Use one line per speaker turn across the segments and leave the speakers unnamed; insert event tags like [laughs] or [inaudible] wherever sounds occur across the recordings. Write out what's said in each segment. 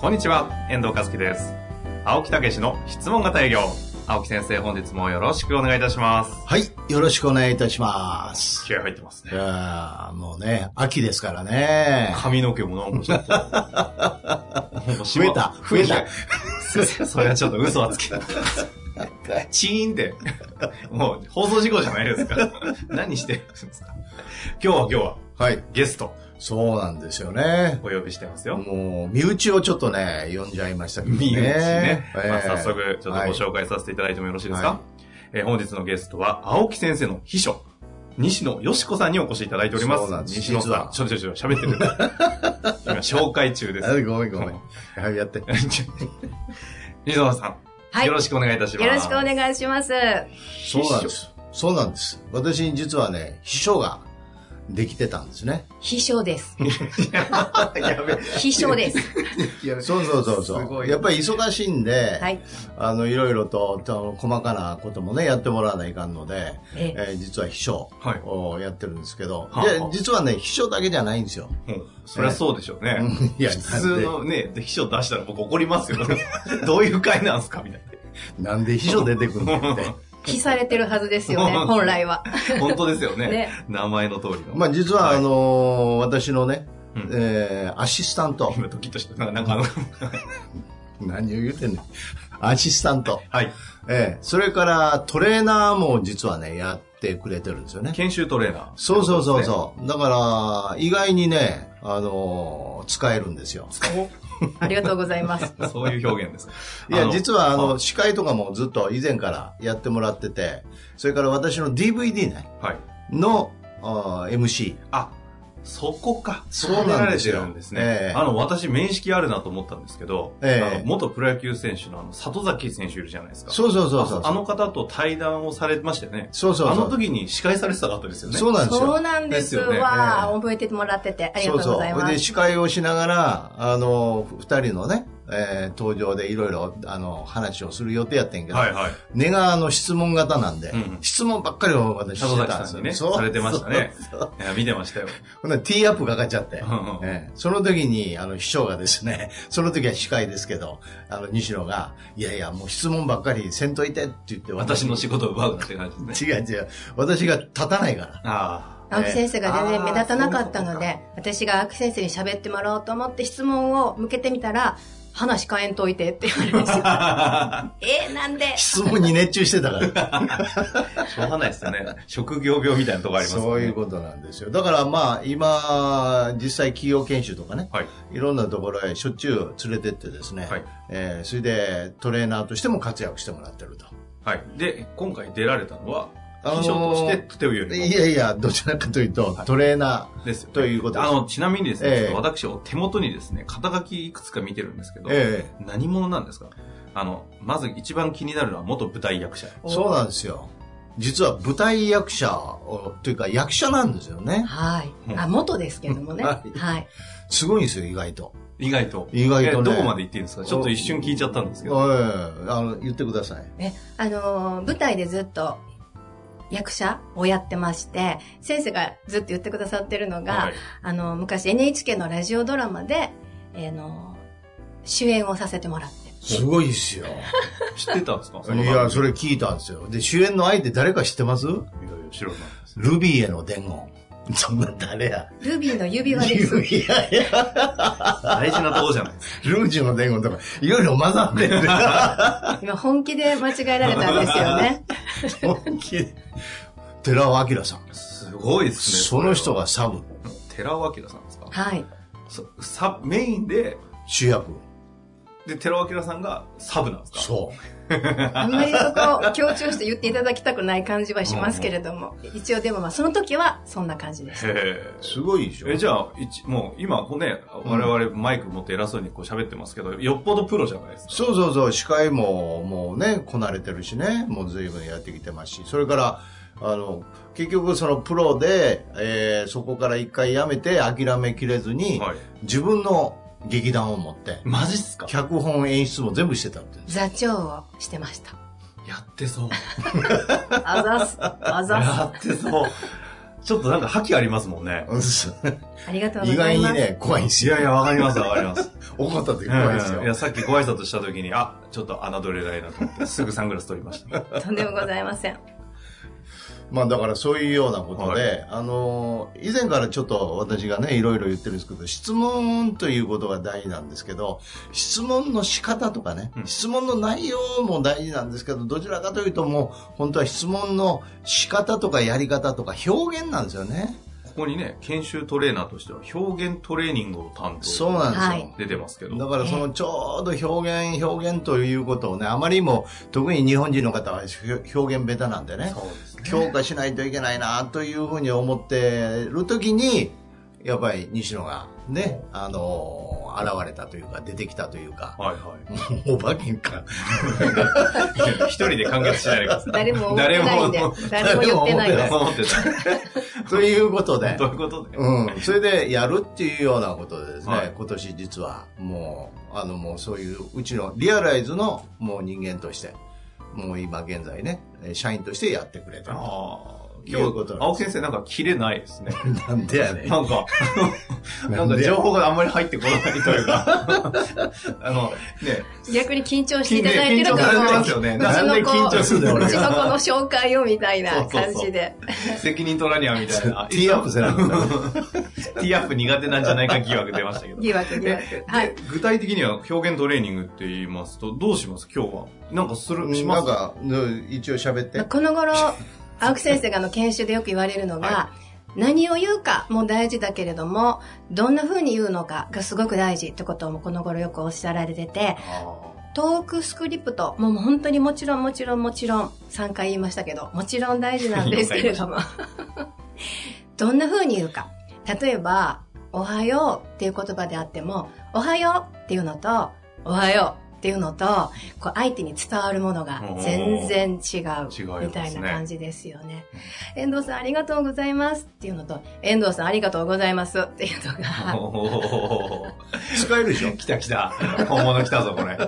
こんにちは、遠藤和樹です。青木武の質問型営業。青木先生、本日もよろしくお願いいたします。
はい、よろしくお願いいたします。
気合入ってます
い
ね。
やーもうね、秋ですからね。
髪の毛もなんかちょっと。なん [laughs] かしま
増えた増えた
雰囲気が [laughs] それはちょっと嘘はつけた。チーンって。もう放送事故じゃないですか。何してるんですか。今日は今日は
はい。
ゲスト
そうなんですよね
お。呼びしてますよ。
もう、身内をちょっとね、呼んじゃいましたけどね。
ミーね。
ええ
まあ、早速、ちょっとご紹介させていただいてもよろしいですか、
はい
えー本日のゲストは、青木先生の秘書、西野よしこさんにお越しいただいております。
そうなんです
西野
実
さん、
は
ちょちょちょ、喋ってる。今、紹介中です。
はい。ごめんごめん。はい、
[laughs]
やって。
西野さん、
はい。
よ
よ
ろ
ろ
しくお願いいたします。
しくお願いします。
そうなんです。そうなんです。私、実はね、秘書ができてたんですね。
秘書です。
やべえ
秘書です。
そうそうそうそ
すご
う。
い
やっぱり忙しいんで、
はい。
あの、いろいろと、あの細かなこともね、やってもらわないかんので、
え
えー実は秘書
はい
をやってるんですけど、
はい
で実はね、秘書だけじゃないんですよ。
もうそりゃそうでしょうね。
うんいや
普通のね、秘書出したら僕怒りますよ。 [laughs] どういう会なんすかみたい
なんで秘書出てくるのって。
秘されてるはずですよね、本来は。
な。本当ですよね。
ね
名前の通りの。
[laughs] まあ実は、あのー私のね、
うん
えーアシスタント。
今ドキッとして、なんか、なんかあの、
[laughs] 何を言うてんねん。 [laughs] アシスタント。
はい。
ええそれからトレーナーも実はね、やってくれてるんですよね。
研修トレーナー。
そうそうそうそう。だから、意外にね、あのー使えるんですよ。
ありがとうございます。
そういう表現ですか。
いや、
は。
実は
は
あの、司会とかもずっと以前からやってもらってて、それから私の DVD ね、
はい。
のあー MC。
あ、そこか。
そう
なら
なん
れ
で
て
すよ
るんですね。
ええ
あの、私、面識あるなと思ったんですけど、
ええ
あの元プロ野球選手のあの、里崎選手いるじゃないですか。
そうそうそうそう。
ああの方と対談をされましたよね。
そうそうそう
あの時に司会されてた方ですよね。
そうなんですよ。
そうなんです。
ですよね
わ
え
あ、
え
覚えててもらってて、ありがとうござい
そ
ま。
れです司会をしながら、あの、二人のね、えー登場でいろいろ、あの、話をする予定やってんけど、
はいはい。
根があの質問型なんで、
うんうん
質問ばっかりを私
里
して
崎
た
さ
んです
ん
よ
にね、
そう
されてましたね
そうそう。
いや、見てましたよ。
ほんならティーアップかかっちゃって、
うんうん
ええその時に、あの、秘書がですね、 [laughs] その時は司会ですけど、あの、西野が、いやいや、もう質問ばっかりせんといてって言って、
私の仕
事。
事を奪うなって感じですね。
違う違う。私が立たないから。
あ
青木先生が全
ええ
然目立たなかった
あーそ
の
ういう
で、私が青木先生に喋ってもらおうと思って質問を向けてみたら、話変えんといてって言われました。
あ。
えー、なんで
質問に熱中し
[laughs]
てたから。
しょうがないですよね。職業病みたいなとこありますよね。
そういうことなんですよ。だからまあ、今、実際企業研修とかね、
はい。
いろんなところへしょっちゅう連れてってですね、
はい
えーそれでトレーナーとしても活躍してもらってると。
はい。で、今回出られたのは、
あのー
秘書としてというより
い
も。
やいや、どちらかというと、トレーナ
ですよね
ということです
あの、ちなみにですね、
ええ
ちょっと私、お手元にですね、肩書きいくつか見てるんですけど
ー、、ええ
何者なんですかあの、まず一番気になるのは元舞台役者。
そうなんですよ。実は舞台役者を、というか役者なんですよね。
はい
もう。
あ、元ですけどもね。
は
はいい。
すごいんですよ、意外と。
意外と。
意外とね
えどこまで行っていいんですかちょっと一瞬聞いちゃったんですけ
え
ど。
えあの、言ってください。
え、あのー舞台でずっと役者をやってまして、先生がずっと言ってくださってるのが、
はい
あのー昔 NHK のラジオドラマで、えーのー主演をさせてもらって。
すごいですよ。
知ってたんですかその
い
番組
や、それ聞いたんですよ。で、主演の相手誰か知ってます
いやいや知らないです。
ルビーへの伝言。
[laughs]
そんな誰や。
ルビーの指輪です。
ルビーやいや、
大事なとこじゃないですか。
ルージュの伝言とか、いろいろ混ざってる。 [laughs]
今本気で間違えられたんですよね。
本気で寺尾明さん。
すごいですね。
その人がサブ、
寺尾明さんですか
[laughs] はい。
そさメインで、
主役。
で、寺尾明さんがサブなんですか
そ
あんまりそこを強調して言っていただきたくない感じはしますけれども、一応でもまあその時はそんな感じでした。
へー
すごいでしょ
え、じゃあ、一もう今、こうね、我々マイク持って偉そうにこう喋ってますけど、よっぽどプロじゃないですか。
そうそうそう、司会ももうね、こなれてるしね、もう随分やってきてますし、それから、あの、結局そのプロで、えーそこから一回やめて諦めきれずに、
はい。
自分の劇団を持って、
マジっすか
脚本演出も全部してたって。
座長をしてました。
やってそう。
あざす。あ
や
ざ
ってそう。ちょっとなんか覇気ありますもんね。 [laughs]
す。ありがとうご
意
ざい
外に
ます。
ね、怖いんです
い
よ。
やいや、わかります、わかります。
怒った時
うん
怖いんですよ
い。や、さっきご挨拶した時に、あ、ちょっと侮れないなと思って、すぐサングラス取りま [laughs] した。
とんでもございません。 [laughs]
まあだからそういうようなことで、
は
あの以前からちょっと私がねいろいろ言ってるんですけど質問ということが大事なんですけど質問の仕方とかね、
うん
質問の内容も大事なんですけどどちらかというともう本当は質問の仕方とかやり方とか表現なんですよね、
ここにね、研修トレーナーとしては表現トレーニングを担当。
そうなんですよ、
はい
出てますけど。
だからそのちょうど表現表現ということをねあまりにも特に日本人の方は表現下手なんでね
そうですね。
強化しないといけないなというふうに思ってる時にやっぱり西野がねあのー現れたというか出てきたというか
はいはい。
お化け
[laughs]
か
一人で完結しないでく [laughs] ださい。
誰も思ってないんで
誰も。
誰も言ってないで
誰
す。
思ってた。
ということで
どういうことで、
うん、それでやるっていうようなことでですね、
はい
今年実はもうあのもうそういううちのリアライズのもう人間としてもう今現在ねえ社員としてやってくれた
ああ、
どういうことなんですか
青木先生なんか切れないですね。 [laughs]
[laughs] なんでやねん
なんか、
な
なんん
で
か情報があんまり入ってこないというか、 [laughs] あの、ね、
逆に緊張してい
緊
ただいてる
張
か
されて
ら
ます
[laughs]
よね。
うちの子
なんで緊張するんだよ、
う
俺
ちの子
が。
の紹介をみたいな感じで。
責任取らにゃみたいな。
[laughs] ティーアップせなか
[laughs]
った
ティーアップ苦手なんじゃないか疑惑出ました
[laughs]
けど。
疑惑疑惑。はい。
具体的には表現トレーニングって言いますと、どうします今日は。なんかする、しま
な
す
んかうん一応喋って
この頃、青木先生があの研修でよく言われるのが、
は
何を言うかも大事だけれども、どんな風に言うのかがすごく大事ってこともこの頃よくおっしゃられてて、トークスクリプト、もう本当にもちろんもちろんもちろん3回言いましたけど、もちろん大事なんですけれども、どんな風に言うか。例えば、おはようっていう言葉であっても、おはようっていうのと、おはようっていうのと、こう相手に伝わるものが全然違
違
う
いますね
みたいな感じですよね。遠藤さんありがとうございますっていうのと、遠藤さんありがとうございますってい
[laughs]
うの
あー
が、
おー
使えるでしょ
[laughs] 来た来た。本物来たぞ、これ。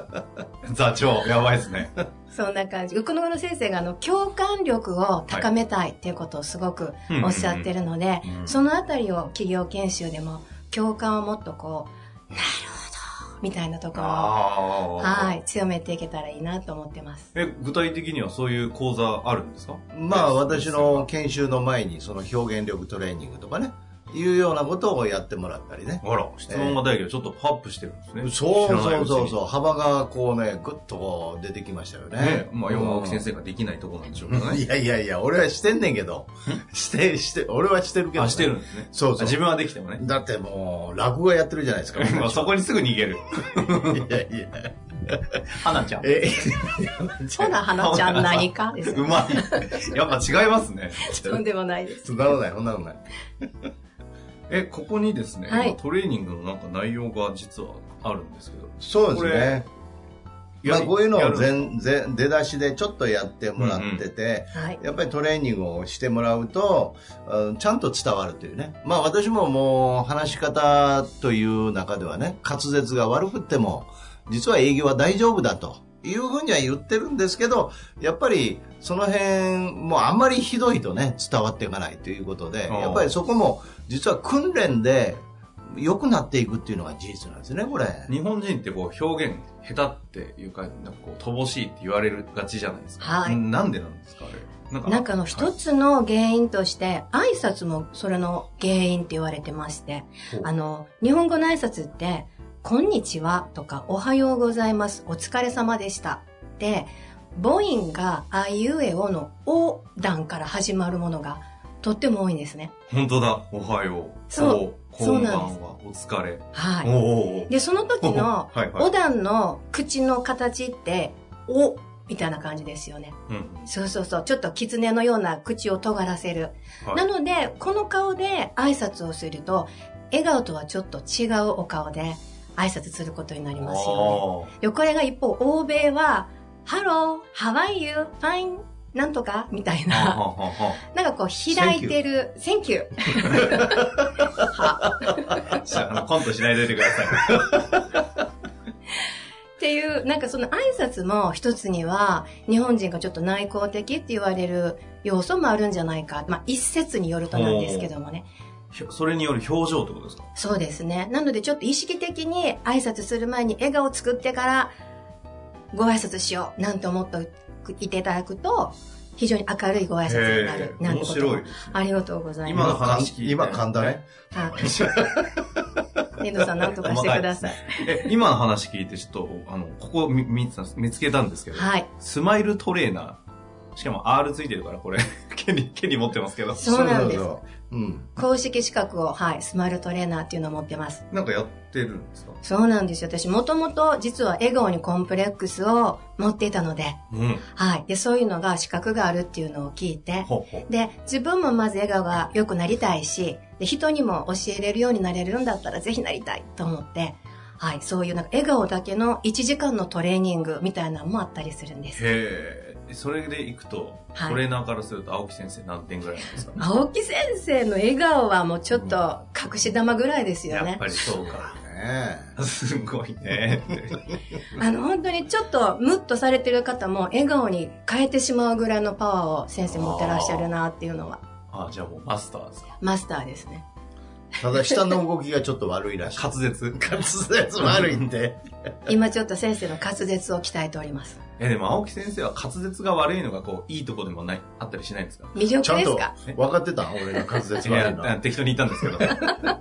座長、やばいですね。
そんな感じ。このの先生があの共感力を高めたいっていうことをすごくおっしゃってるので、
うん
そのあたりを企業研修でも共感をもっとこう、なるほどみたいなところを、
ああ。
はい、強めていけたらいいなと思ってます。
え、具体的にはそういう講座あるんですか
まあ私の研修の前にその表現力トレーニングとかねいうようなことをやってもらったりね
あら、質問が大事ちょっとパップしてるんですね。
そう
知らな
そ
いうち
そう
に
そう幅がこうねぐっとこう出てきましたよね
ね、まあ、要は青木先
生
生ができないところなんでしょうけどね。
いやいやいや俺はしてんねんけどしてして俺はしてるけど、ね、
あ、してるんですね。
そうそう
自分はできてもね。
だってもう落語やってるじ [laughs] ゃないですか
まあそこにすぐ逃げる。
いやいや
花ちゃん。
え [laughs]
ほな、花ちゃん何かです。
うまい。 [laughs] やっぱ違いますね。
とんでもないです。
そんなことないそんなことない
え、ここにですね、
はい
今トレーニングのなんか内容が実はあるんですけど。
そうですねま
や
あ
り
こういうの
や
を
る
全全出だしでちょっとやってもらってて、
はい。
やっぱりトレーニングをしてもらうと、うんちゃんと伝わるというね。まあ私ももう話し方という中ではね、滑舌が悪くっても、実は営業は大丈夫だというふうには言ってるんですけど、やっぱりその辺、もうあんまりひどいとね、伝わっていかないということで、
ああ
やっぱりそこも実は訓練で良くなっていくっていうのが事実なんですね、これ。
日本人ってこう表現下手っていうか、なんかこう乏しいって言われるがちじゃないですか。
はい
なんでなんですか、あれ。なん
なんかあの
は
一
い
つの原因として、挨拶もそれの原因って言われてまして
ほう、
あの、日本語の挨拶って、こんにちはとか、おはようございます、お疲れ様でした。で、母音があいうえおのお段から始まるものがとっても多いんですね。
本当だ。おはよう。
そう
お。こんばん
そう
は。お疲れ。
はい。
おおー。
で、その時の
はいはい
おだんの口の形って、お、みたいな感じですよね。
うん。
そうそうそう。ちょっと狐のような口を尖らせる。
はい
なので、この顔で挨拶をすると、笑顔とはちょっと違うお顔で挨拶することになりますよね。でこれが一方、欧米は、Hello, how are you? Fine. なんとかみたい
あーはあ
な。
はあは
なんかこう開いてる、Thank you. は
あじゃああの、コントしないでいてください。
っていう、なんかその挨拶も一つには、日本人がちょっと内向的って言われる要素もあるんじゃないか。まあ一説によるとなんですけどもね。
ひょそれによる表情ってことですか
そうですね。なのでちょっと意識的に挨拶する前に笑顔作ってからご挨拶しようなんて思っていていただくと非常に明るいご挨拶になる
へ。ー
なん
面
てこと
白い。
ありがとうござい
今
ま
の話聞いて
今噛んだね。
す。はい。ねどさんなんとかしてください。
え、今の話聞いて、ちょっと、あの、ここ見見てたんです見つけたんですけど、
はい。
スマイルトレーナー。しかも R ついてるから、これ、 [laughs] 手に、手に持ってますけど。
そうなんです
そうそうそううん。
公式資格を、はい、スマイルトレーナーっていうのを持ってます。
なんかやってるんですか
そうなんですよ。私もともと実は笑顔にコンプレックスを持っていたので、
うん。
はい。で、そういうのが資格があるっていうのを聞いて、
ほうほう。
で、自分もまず笑顔が良くなりたいし、で人にも教えれるようになれるんだったらぜひなりたいと思って、はい、そういうなんか笑顔だけの1時間のトレーニングみたいなのもあったりするんです。
へえ。それで行くと、
はい
トレーナーからすると青木先生何点ぐらいなんですか、
青木先生の笑顔はもうちょっと隠し玉ぐらいですよ
やっ
ね。
ぱりそうか。
ね
すごいね。
あの本当にちょっとムッとされてる方も笑顔に変えてしまうぐらいのパワーを先生持ってらっしゃるなっていうのは
あ、じゃあもうマスターですか。
マスターですね。
えただ下の動きがちょっと悪いらしい。
滑舌。
滑舌悪いんで。
今ちょっと先生の滑舌を鍛えております。
え、でも青木先生は滑舌が悪いのがこう、いいとこでもない、あったりしないんですか
魅
ち
力
ゃ
で
ん
す
と
か
分かってたん俺が滑舌
い
悪
や
いの。
適当に言ったんですけど。 [laughs]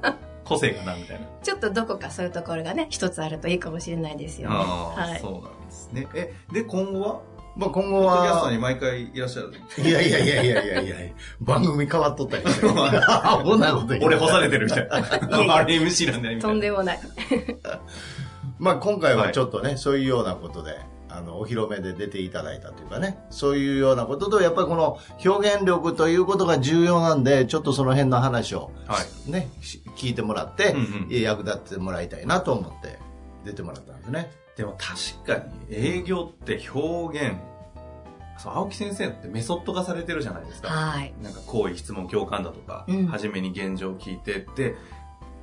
個性かなみたいな。
ちょっとどこかそういうところがね、一つあるといいかもしれないですよね。
ああ、
はい。
そうなんですね。え、で、今後は
まあ今後
ポッドキャス
は
トに、毎回いらっしゃる。
いやいやいやいやいやいや番組変わっとったりして。アホなこと言
[laughs]
う
俺干されてるみたい [laughs] な。あれ MC なんだよ、みた
と
い
ん
な。
[laughs]
でもない。
まあ今回
は
はいちょっとね、そういうようなことで、あの、お披露目で出ていただいたというかね、そういうようなことと、やっぱりこの表現力ということが重要なんで、ちょっとその辺の話を、
はい。
ね、し聞いてもらって、
うんうん
役立ってもらいたいなと思って出てもらったんですね。
でも確かに営業って表現、そう、青木先生ってメソッド化されてるじゃないですか。
はい。
なんか行為、質問、共感だとか、
うん
初めに現状を聞いてって、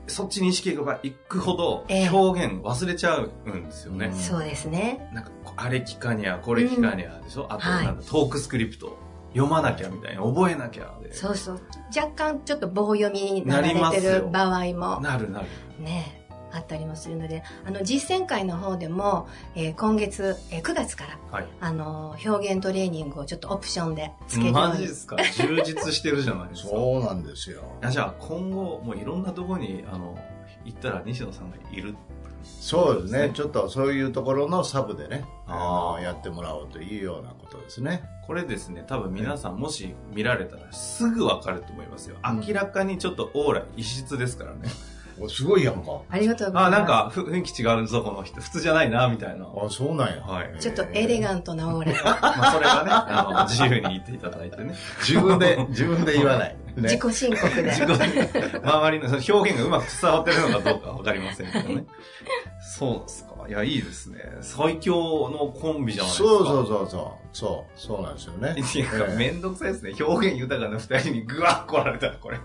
そっちに意識がいくほど
ええ
表現忘れちゃうんですよね。
そうですね。
なんかこうあれ聞かにゃ、これ聞かにゃでしょ、あと
はい
なんかトークスクリプト、読まなきゃみたいな、覚えなきゃで。
そうそう。若干ちょっと棒読みになられてる場合も
なるなる。
ね、あったりもするので、あの、実践会の方でも、えー今月、えー9月から、
はい。
あのー、表現トレーニングをちょっとオプションでつけるよ
マ
う
ジ
に
で。すか充実してるじゃないですか。
そうなんですよ。
あじゃあ今後、もういろんなとこに、あの、行ったら西野さんがいる。
そうですね。ちょっとそういうところのサブでね、
あー
あのやってもらおうというようなことですね。
これですね、多分皆さんもし見られたらすぐわかると思いますよ。明らかにちょっとオーラ異質ですからね。
おすごいやんか。
ありがとうございます。
あ、なんかふ雰囲気違うぞ、この人。普通じゃないな、みたいな。
あ、そうなんや。
はい
ちょっとエレ
ン
ガントなオーラ、
まあそれ [laughs] はね、あの、自由に言っていただいてね。
自分で、自分で言わない。 [laughs] ね
自己申告
[laughs]
で。
自己周りのその表現がうまく伝わってるのかどうかわかりませんけどね。そうですか。いや、いいですね。最強のコンビじゃないですか。
そうそうそうそう。そう、そうなんですよね。
いや、めんどくさいですね。表現豊かな二人にグワッ来られたら、これ。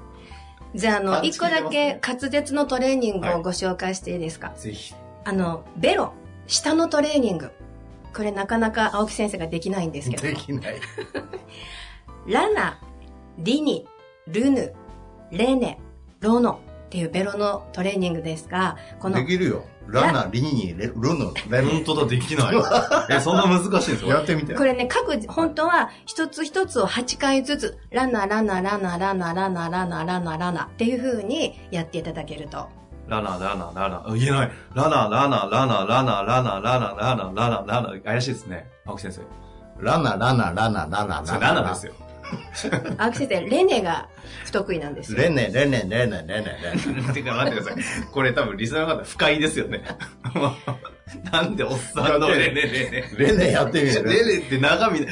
じゃあ、あの、
パン
一
チ
個
効いて
だ
ますね
け滑舌のトレーニングをご紹介していいですか
ぜひ。
あの、ベロ、下のトレーニング。これなかなか青木先生ができないんですけど
で。きない。
ラナ、リニ、ルヌ、レネ、ロノっていうベロのトレーニングですが、この
で、きるよ。ラナ、リニ、レルヌ、レル
本当だ、できない。え、そんな難しいんです
や
か
ってみて。
これね、各、本当は一つ一つを8回ずつ、ラナ、ラナ、ラナ、ラナ、ラナ、ラナ、ラナ、ラナっていう風にやっていただけると。
ラナ、ラナ、ラナ。あ言えない。ラナ、ラナ、ラナ、ラナ、ラナ、ラナ、ラナ、ラナ、ラナ。怪しいですね。青木先生。
ラナ、ラナ、ラナ、ラナ、
それラナですよ。
青木先生、レネが不得意なんですよ。
レネ、レネ、レネ、レネ、レネ。
てか、待ってください。これ多分、リスナーの方、不快ですよね。 [laughs] なんでおっさんのレネレネ。
レネやってみる。
レネって中身、レ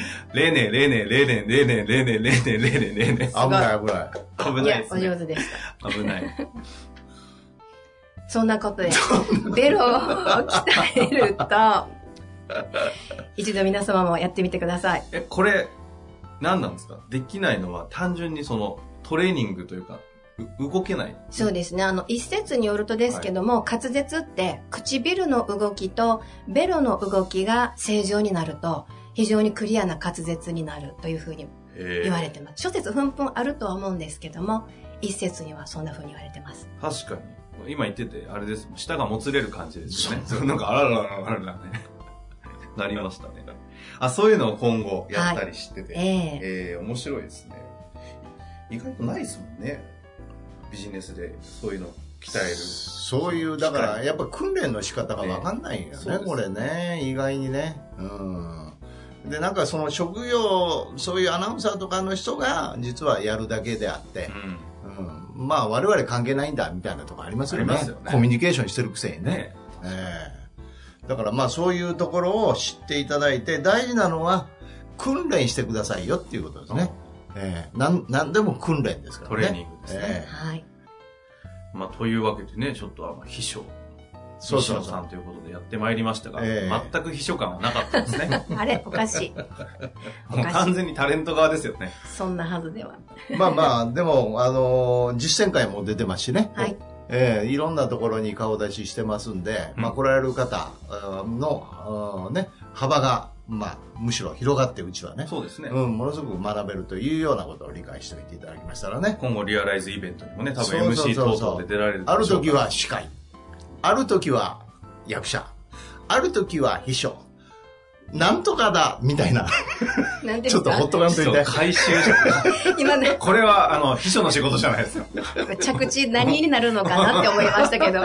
ネレネレネレネレネレネレネレネ。
危ない危ない。
危
い
ない
や
で、す
お
ね
上。手でした。
危ない。
そんなことで、ベロを鍛えると、一度皆様もやってみてください。
え、これ、何なんですかできないのは単純にそのトレーニングというか、う動けない。
そうですね。あの、一説によるとですけども、滑舌って唇の動きとベロの動きが正常になると、非常にクリアな滑舌になるというふうに
言
言われてます。諸説ふんふんあるとは思うんですけども、一説にはそんなふうに言われてます。
確かに。今言ってて、あれです。舌がもつれる感じですよね。そう [laughs] なんか、あららららららね。 [laughs] なりましたね。あ、そういうのを今後やったりしてて。
ええ
えー、面白いですね。意外とないですもんね。ビジネスでそういうの鍛える。
そういう、だから、やっぱ訓練の仕方がわかんないよね、
そうです
これね、意外にね。うん。で、なんかその職業、そういうアナウンサーとかの人が、実はやるだけであって、うん。まあ、我々関係ないんだ、みたいなとこありますよね。
ありますよね
コミュニケーションしてるくせに
うん。
ね。
ね。
ええだからまあ、そういうところを知っていただいて、大事なのは、訓練してくださいよっていうことですね。ええなん、なんでも訓練ですから
ト
ね。
レーニングですね。
ええ
はい。
まあ、というわけでね、ちょっとあの秘書、
そうそうそう
西野さんということでやってまいりましたが、
ええ
全く秘書感はなかったです
[laughs]
ね。
あれおかしい。お
もう
かしい
完全にタレント側ですよね。
そんなはずでは。
まあまあ、でも、あのー実践会も出てますしね。
はい。
ええいろんなところに顔出ししてますんで、
うん
まあ、来られる方あーの、あーね、幅が、まあ、むしろ広がって、うちはね。
そうですね。
うん、ものすごく学べるというようなことを理解しておいていただきましたらね。
今後リアライズイベントにもね、多分
そうそう
MC
そう
等
そう
々で出られる
ある時は司会。ある時は役者。ある時は秘書。なんとかだみたいな。
なんで
ちょっとほっとかんと
秘
い
書
て。
回収者
今ね、
これは、あの、秘書の仕事じゃないですよ。
着地何になるのかなって思いましたけど、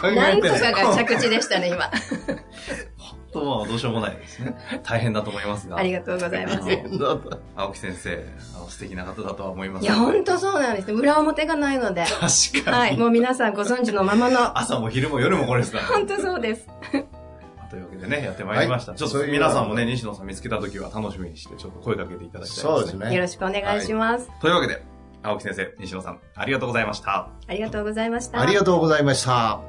考えて
なんとかが着地でしたね、
[laughs]
今。
とはどうしようもないですね。大変だと思いますが。
ありがとうございます。
あの青木先生、あの素敵な方だとは思います。
いや、本当そうなんです。裏表がないので。
確かに。
はい。もう皆さんご存知のままの。
朝も昼も夜もこれですからね、
本当そうです。
というわけでね、やってまいりました。
はい
ちょっ
そう
と
いう
皆さんもね、西野さん見つけた時は楽しみにして、ちょっと声かけていただきたいですね。
そうですね。
よろしくお願いします。
というわけで、青木先生、西野さん、ありがとうございました。
ありがとうございました。
ありがとうございました。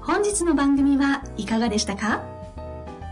本日の番組はいかがでしたか